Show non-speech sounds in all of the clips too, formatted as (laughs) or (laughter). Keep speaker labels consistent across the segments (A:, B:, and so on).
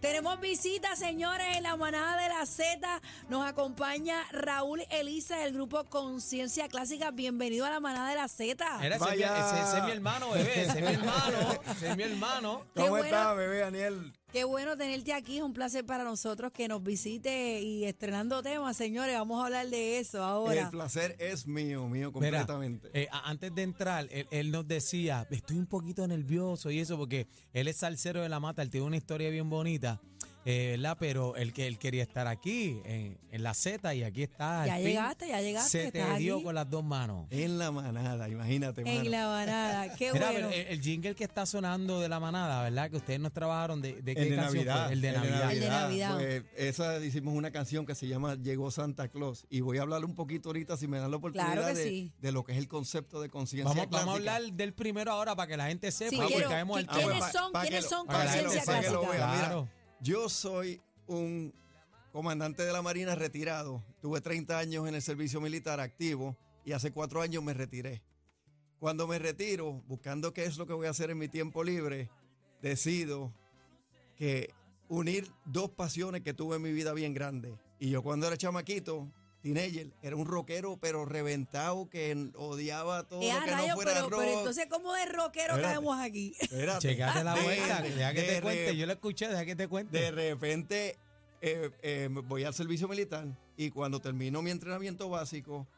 A: Tenemos visitas, señores, en la manada de la Z. Nos acompaña Raúl Elisa del grupo Conciencia Clásica. Bienvenido a la manada de la Z.
B: Mira, ese es, mi,
C: Vaya.
B: ese- ese es mi hermano, bebé. Ese es
C: (laughs)
B: mi hermano. Ese es mi hermano.
A: Qué
C: ¿Cómo
A: bueno.
C: estás, bebé Daniel?
A: Qué bueno tenerte aquí. Es un placer para nosotros que nos visite y estrenando temas, señores. Vamos a hablar de eso
C: El
A: ahora.
C: placer es mío, mío
B: Mira,
C: completamente.
B: eh, a- antes de entrar, él, él nos decía, estoy un poquito nervioso y eso, porque él es salsero de la mata, él tiene una historia bien bonita, eh, ¿verdad? Pero él, que- él quería estar aquí, en, en la Z, y aquí está. al
A: Ya
B: fin.
A: llegaste, ya llegaste,
B: Se te
A: estás
B: dio
A: aquí.
B: con las dos manos.
C: en la manada, imagínate, mano.
A: En la manada. Qué
B: Mira,
A: bueno.
B: pero eh, el, el jingle que está sonando de la manada, ¿verdad? Que ustedes nos trabajaron de, de qué
C: El de
B: canción fue?
C: Navidad.
B: El de Navidad.
A: El de Navidad.
C: Pues, esa hicimos una canción que se llama Llegó Santa Claus. Y voy a hablar un poquito ahorita, si me dan la oportunidad,
A: Claro que
C: de,
A: sí.
C: de lo que es el concepto de conciencia.
B: Vamos, vamos a
C: clásica.
B: hablar del primero ahora para que la gente sepa
A: Sí,
B: y
A: quiero-
B: caemos al
A: que- ¿Quiénes
B: tema.
C: Ah, pues,
A: son?
C: pa- pa'
A: ¿Quiénes
C: que lo-
A: son
C: pa' que lo-
A: Conciencia
C: pa' que lo
A: Clásica?
C: vea. Mira,
B: Claro.
C: Yo soy un comandante de la Marina retirado. Tuve 30 años en el servicio militar activo y hace cuatro años me retiré. Cuando me retiro, buscando qué es lo que voy a hacer en mi tiempo libre, decido que unir dos pasiones que tuve en mi vida bien grande. Y yo cuando era chamaquito, teenager, era un rockero pero reventado que odiaba todo
A: Eh, a
C: lo que
A: rayo,
C: no fuera
A: pero,
C: rock.
A: pero entonces, ¿cómo de rockero
C: Espérate.
A: caemos aquí?
C: Espérate.
B: Checate la
C: De-
B: vuelta, que deja que
C: de
B: te cuente.
C: re-
B: Yo la escuché, deja que te cuente.
C: de repente eh, eh, voy al servicio militar y cuando termino mi entrenamiento básico,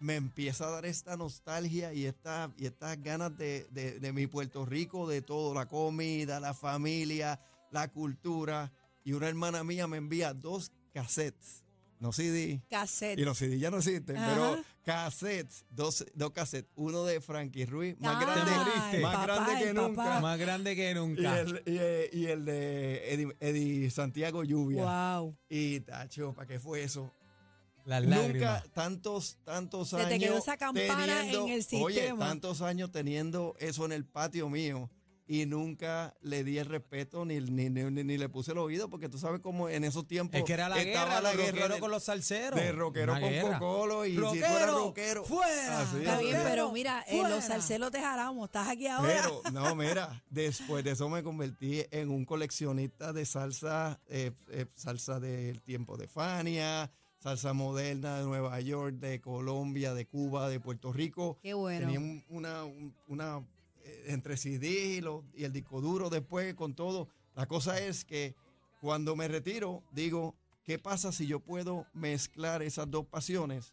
C: me empieza a dar esta nostalgia y, esta, y estas ganas de, de- de mi Puerto Rico, de todo, la comida, la familia, la cultura. Y una hermana mía me envía dos cassettes, no CD,
A: Cassette.
C: y los CD ya no existen,
A: Ajá.
C: pero cassettes, dos, dos cassettes, uno de Frankie Ruiz, más
A: Ay,
C: grande,
B: moriste.
C: más
A: papá,
C: grande que
A: el papá.
C: nunca.
B: Más grande que
C: Y
B: nunca.
C: el, y, eh, y el de Eddie, Eddie Santiago Lluvia.
A: Wow.
C: Y tacho, ¿para qué fue eso?
B: Las
C: Nunca
B: lágrimas.
C: tantos, tantos
A: Se
C: años.
A: te quedó esa campana en el
C: Oye,
A: sistema.
C: tantos años teniendo eso en el patio mío. Y nunca le di el respeto ni, ni, ni, ni- ni le puse el oído, porque tú sabes cómo en esos tiempos.
B: Es que era la
C: estaba
B: guerra,
C: la
B: la
C: guerra
B: rockero
C: de-
B: con los salseros.
C: de rockero
B: Una
C: con
B: guerra.
C: Cocolo y si fuera
B: Rockero,
C: rockero.
B: fuera.
C: Así
A: Está
C: es,
A: bien,
C: pero-
A: pero mira, eh,
B: Fuera.
A: los salseros te jaramos. Estás aquí ahora.
C: Pero, no, mira, después de eso me convertí en un coleccionista de salsa, eh, eh, salsa del tiempo de Fania, salsa moderna de Nueva York, de Colombia, de Cuba, de Puerto Rico.
A: Qué bueno.
C: Tenía un- una, un- una, eh, entre CD y, lo- y el disco duro después con todo. La cosa es que cuando me retiro, digo, ¿qué pasa si yo puedo mezclar esas dos pasiones?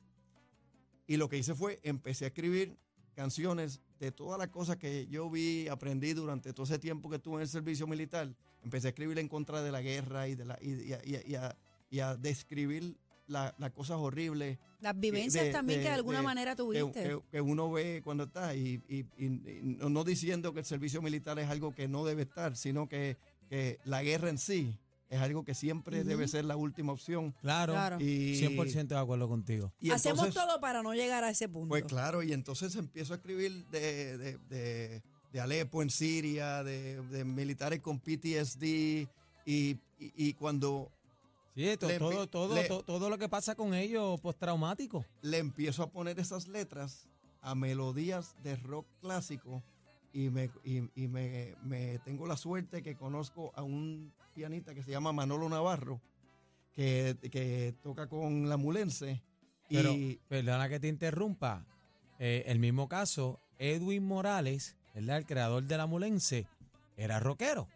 C: Y lo que hice fue, empecé a escribir canciones de todas las cosas que yo vi, aprendí durante todo ese tiempo que estuve en el servicio militar. Empecé a escribir en contra de la guerra y, de la, y, y a, y a- y a- y a describir la- las cosas horribles
A: Las vivencias
C: de-
A: también
C: de-
A: que de alguna
C: de- eh,
A: manera
C: que,
A: tuviste.
C: que- que uno ve cuando está y, y- y- y no, no diciendo que el servicio militar es algo que no debe estar, sino que, que la guerra en sí es algo que siempre
A: Ujú.
C: debe ser la última opción.
B: Claro,
A: Claro.
C: Y,
B: 100% de acuerdo contigo.
C: y
A: Hacemos
C: entonces-
A: todo para no llegar a ese punto.
C: Pues claro, y entonces empiezo a escribir de, de- de- de Alepo en Siria, de, de militares con PTSD y, y- y cuando
B: Sí, to-
C: Le-
B: todo, todo,
C: le-
B: to- todo lo que pasa con ellos postraumático.
C: le empiezo a poner esas letras a melodías de rock clásico y me, y, y me, me tengo la suerte que conozco a un pianista que se llama Manolo Navarro, que, que toca con la mulense.
B: Pero,
C: y
B: perdona que te interrumpa. eh, el mismo caso, Edwin Morales, ¿verdad? El creador de la Mulense, era rockero.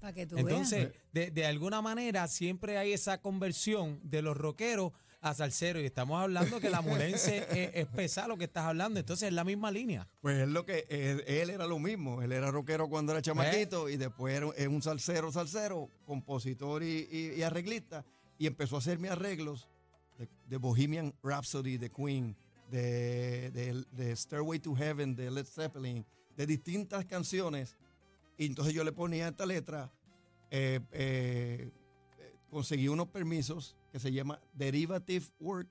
A: para que tú
B: Entonces,
C: Eh.
B: de, de alguna manera siempre hay esa conversión de los rockeros a salseros. Y estamos hablando
A: (laughs)
B: que la mulense es, es pesado lo que estás hablando. Entonces es la misma línea.
C: pues es lo que él, él era lo mismo, él era rockero cuando era chamaquito y después era un- es un salsero, salsero, compositor y, y- y arreglista y empezó a hacerme arreglos de, de Bohemian Rhapsody, de Queen, de, de- de Stairway to Heaven, de Led Zeppelin, de distintas canciones. Y entonces yo le ponía esta letra, eh, eh, eh, conseguí unos permisos que se llama Derivative Work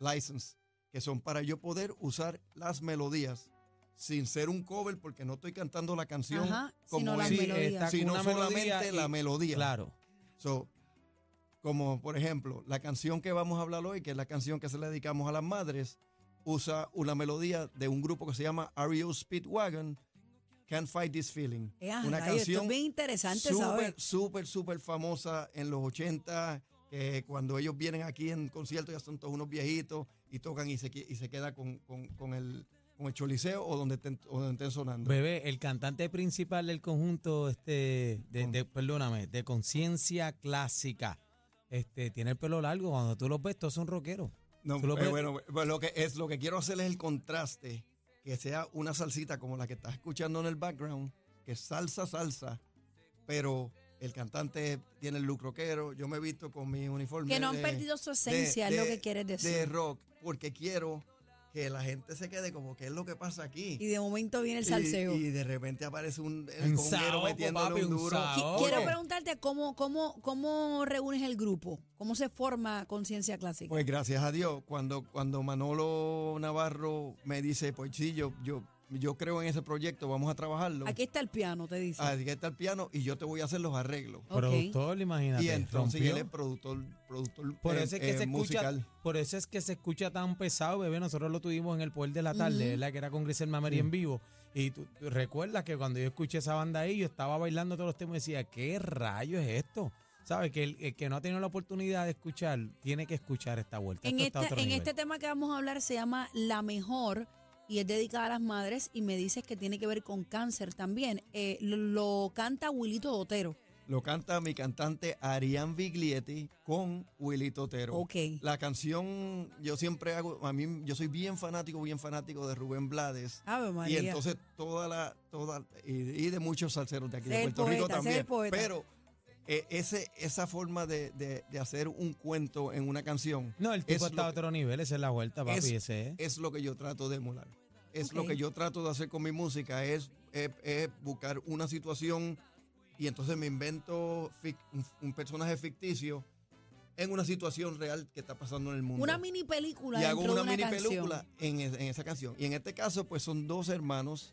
C: License, que son para yo poder usar las melodías sin ser un cover porque no estoy cantando la canción,
A: Ajá,
C: como
A: sino las
C: es,
A: melodías.
B: está con
C: sino
B: una
C: solamente
B: melodía y-
C: la melodía.
B: Claro.
C: So, como por ejemplo, la canción que vamos a hablar hoy, que es la canción que se le dedicamos a las madres, usa una melodía de un grupo que se llama REO E Speedwagon, Can't Fight This Feeling.
A: Eh, ah,
C: una
A: rayo, esto
C: canción
A: es bien interesante
C: súper,
A: saber.
C: súper, súper famosa en los 80, que cuando ellos vienen aquí en conciertos ya son todos unos viejitos y tocan y se, qui- y se queda con, con- con el, con el choliseo o donde estén, o donde estén sonando.
B: Bebé, el cantante principal del conjunto, este, de, de- perdóname, de conciencia clásica, este, tiene el pelo largo. Cuando tú los ves, todos son rockeros.
C: No,
B: Tú lo
C: eh,
B: ves-
C: bueno, pues lo que es lo que quiero hacer es el contraste, que sea una salsita como la que estás escuchando en el background, que es salsa, salsa, pero el cantante tiene el look rockero, yo me he visto con mi uniforme.
A: Que no han
C: de-
A: perdido su
C: de-
A: esencia, es lo
C: de-
A: que quieres decir.
C: De rock, porque quiero que la gente se quede como que es lo que pasa aquí.
A: y de momento viene el
C: Y-
A: salseo.
C: Y, de repente aparece un, el
B: Un
C: conguero
B: saoco,
C: metiéndole
B: pues, papi,
C: un
B: un
C: duro.
A: Qui-
B: saoco.
A: Quiero
B: Oye.
A: preguntarte cómo, cómo, cómo reúnes el grupo, cómo se forma Conciencia Clásica.
C: Pues gracias a Dios, cuando, cuando Manolo Navarro me dice, pues sí, yo, yo, yo creo en ese proyecto, vamos a trabajarlo.
A: Aquí está el piano, te dice.
C: Aquí está el piano y yo te voy a hacer los arreglos.
A: Ok.
B: Productor, imagínate.
C: Y entonces
B: rompió.
C: él es productor, productor
B: Por
C: eh,
B: eso es que
C: eh,
B: se
C: musical.
B: escucha, por eso es que se escucha tan pesado, bebé. Nosotros lo tuvimos en el poder de la tarde,
A: Ujú.
B: ¿verdad? Que era con Grisel Mameri
C: Sí.
B: en vivo. Y tú, tú recuerdas que cuando yo escuché esa banda ahí, yo estaba bailando todos los temas y decía, ¿qué rayo es esto? ¿Sabes? Que el, el que no ha tenido la oportunidad de escuchar, tiene que escuchar esta vuelta.
A: En,
B: Esto está a
A: esta-
B: otro
A: en
B: nivel.
A: este tema que vamos a hablar se llama La Mejor y es dedicada a las madres y me dices que tiene que ver con cáncer también. Eh, lo, lo canta Wilito Dotero.
C: Lo canta mi cantante Arián Viglietti con Willy Totero.
A: Ok.
C: La canción, yo siempre hago, a mí, yo soy bien fanático, bien fanático de Rubén Blades.
A: Ave
C: Y
A: María.
C: entonces toda la, toda, y, y de muchos salseros de aquí
A: Ser
C: de
A: el
C: Puerto Rico
A: poeta, ser
C: también.
A: el poeta.
C: Pero eh, ese, esa forma de, de- de hacer un cuento en una canción
B: No, el tipo
C: es
B: está
C: lo
B: a otro nivel, esa es la vuelta, papi,
C: es-
B: ese es.
C: es lo que yo trato de emular. Es lo
A: Ok.
C: que yo trato de hacer con mi música, es, es- es buscar una situación y entonces me invento fic- un, un personaje ficticio en una situación real que está pasando en el mundo.
A: una mini película
C: y hago
A: dentro de
C: una,
A: una
C: mini
A: canción.
C: película en, es- en esa canción. Y en este caso, pues son dos hermanos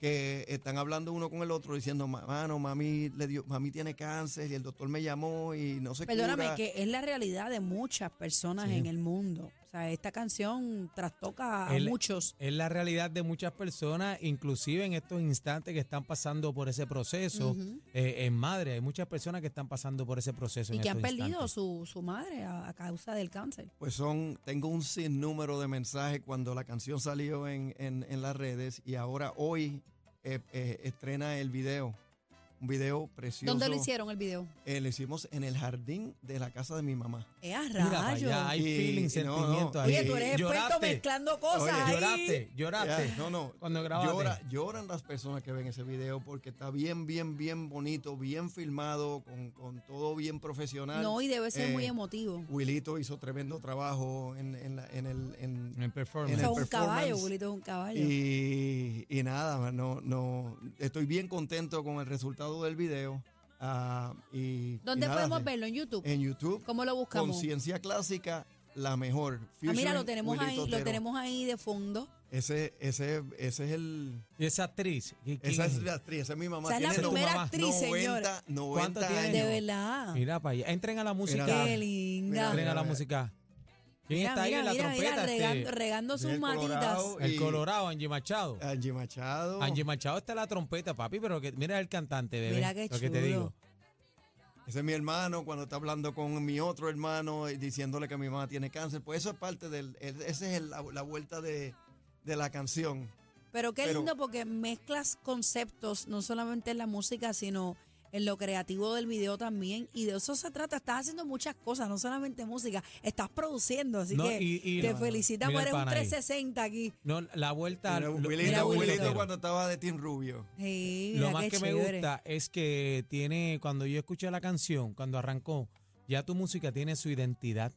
C: que están hablando uno con el otro diciendo, "Ma- mano, mami le dio, mami tiene cáncer y el doctor me llamó y no sé qué.
A: Perdóname, que es la realidad de muchas personas
B: Sí.
A: en el mundo. O sea, esta canción trastoca a
B: El-
A: muchos.
B: Es la realidad de muchas personas, inclusive en estos instantes que están pasando por ese proceso.
A: Ujú.
B: eh, en madre, hay muchas personas que están pasando por ese proceso.
A: Y
B: en
A: que han
B: estos
A: perdido
B: instantes.
A: su, su madre a, a causa del cáncer.
C: Pues son, tengo un sinnúmero de mensajes cuando la canción salió en, en- en las redes y ahora hoy eh, eh, estrena el video. Un video precioso.
A: ¿Dónde lo hicieron el video?
C: Eh, lo hicimos en el jardín de la casa de mi mamá.
A: ¡Eh, a
B: Mira para
A: rayos!
B: allá, hay
C: Y-
B: feeling,
C: no, no,
B: sentimiento ahí.
A: Oye, tú eres experto
B: Lloraste,
A: mezclando cosas
C: Oye,
A: ahí.
B: Lloraste, lloraste.
C: Ya, No, no.
B: Cuando grabaste.
C: Llora, lloran las personas que ven ese video porque está bien, bien, bien bonito, bien filmado, con, con todo bien profesional.
A: No, y debe ser
C: Eh,
A: muy emotivo.
C: Wilito hizo tremendo trabajo en, en la- en el... en-
B: En el performance.
A: O sea,
C: el
A: un caballo,
C: performance.
A: Wilito es un caballo.
C: y, y nada, no, no, estoy bien contento con el resultado del video. ah, y,
A: ¿Dónde
C: y nada,
A: podemos
C: sí.
A: verlo? ¿En YouTube?
C: En YouTube,
A: ¿Cómo lo buscamos?
C: Conciencia Clásica, la mejor.
A: Ah, mira, lo
C: featuring
A: tenemos
C: Willy
A: ahí, lo
C: Totero.
A: tenemos ahí de fondo.
C: Ese, ese, ese es el...
B: y esa actriz. ¿qui- quién
C: Esa
B: es?
C: es la actriz, esa es mi mamá.
A: Esa es la
C: Tiene
B: primera
C: noventa-
A: actriz, señor.
C: 90, 90
B: ¿Cuánto tiene?
C: años.
A: De verdad.
B: Mira para allá. Entren a la música.
C: Mira,
A: Qué
C: mira,
A: linda.
B: Entren a la
C: mira.
B: música. ¿Quién
A: Mira,
B: está ahí
A: mira,
B: en la
A: mira, mira,
B: trompeta? este?
A: regando, regando sus
C: Del
A: matitas.
C: Colorado.
B: el
C: Y-
B: Colorado, Angie Machado.
C: Angie Machado.
B: Angie Machado está en la trompeta, papi, pero que, mira el cantante, bebé.
A: Mira qué
B: lo que te
A: chulo.
B: digo.
C: Ese es mi hermano cuando está hablando con mi otro hermano eh, diciéndole que mi mamá tiene cáncer. Pues eso es parte del... el- Esa es el- la, la vuelta de, de la canción.
A: Pero qué
C: Pero-
A: lindo porque mezclas conceptos, no solamente en la música, sino en lo creativo del video también. Y de eso se trata. Estás haciendo muchas cosas, no solamente música. Estás produciendo, así
B: No,
A: que
B: y- y-
A: te
B: no, no.
A: felicitamos.
B: Mira el
A: Eres un
B: pana ahí.
A: 360 aquí.
B: No, la vuelta.
C: Mira,
B: lo-
C: Wilito,
A: mira,
C: Wilito
A: Wilito.
C: cuando estaba de Team Rubio.
A: Sí,
B: lo
A: mira
B: más
A: qué
B: que me
A: chévere.
B: gusta es que tiene, cuando yo escuché la canción, cuando arrancó, ya tu música tiene su identidad.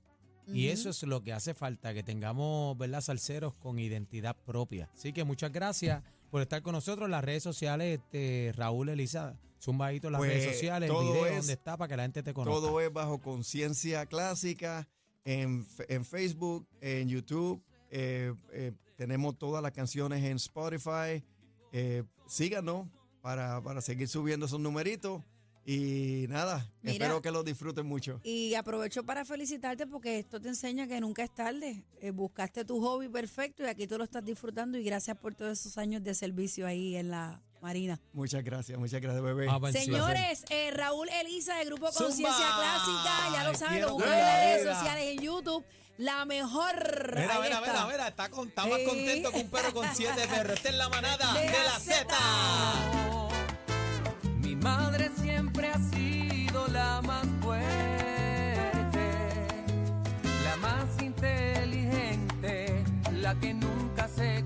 B: Y
A: Ujú.
B: eso es lo que hace falta, que tengamos, ¿verdad? Salseros con identidad propia. Así que muchas gracias por estar con nosotros. Las redes sociales, este, Raúl Elizada, zumbadito las
C: Pues,
B: redes sociales, el
C: todo
B: video
C: es-
B: donde está para que la gente te conozca.
C: Todo es bajo conciencia clásica en, F- en Facebook, en YouTube. eh, eh, tenemos todas las canciones en Spotify. eh, síganos para, para seguir subiendo esos numeritos. Y nada,
A: Mira.
C: espero que los disfruten mucho.
A: Y aprovecho para felicitarte porque esto te enseña que nunca es tarde. Eh, buscaste tu hobby perfecto y aquí tú lo estás disfrutando y gracias por todos esos años de servicio ahí en la Marina.
C: Muchas gracias, muchas gracias, bebé.
B: Ah, pues, sí.
A: Señores, eh, Raúl Elisa de Grupo
B: Zumba.
A: Conciencia Clásica, ya lo saben,
B: Quiero
A: lo buscan en
B: ver
A: las
B: la
A: redes
B: vida.
A: sociales, en YouTube, la mejor.
B: Mira,
A: Ahí
B: mira,
A: está.
B: mira, mira, está, con, está más
A: Sí.
B: contento que un perro con siete perros. Esta es
A: (laughs)
B: la manada de, la Z.
D: Mi madre siempre ha sido la más fuerte, la más inteligente, la que nunca se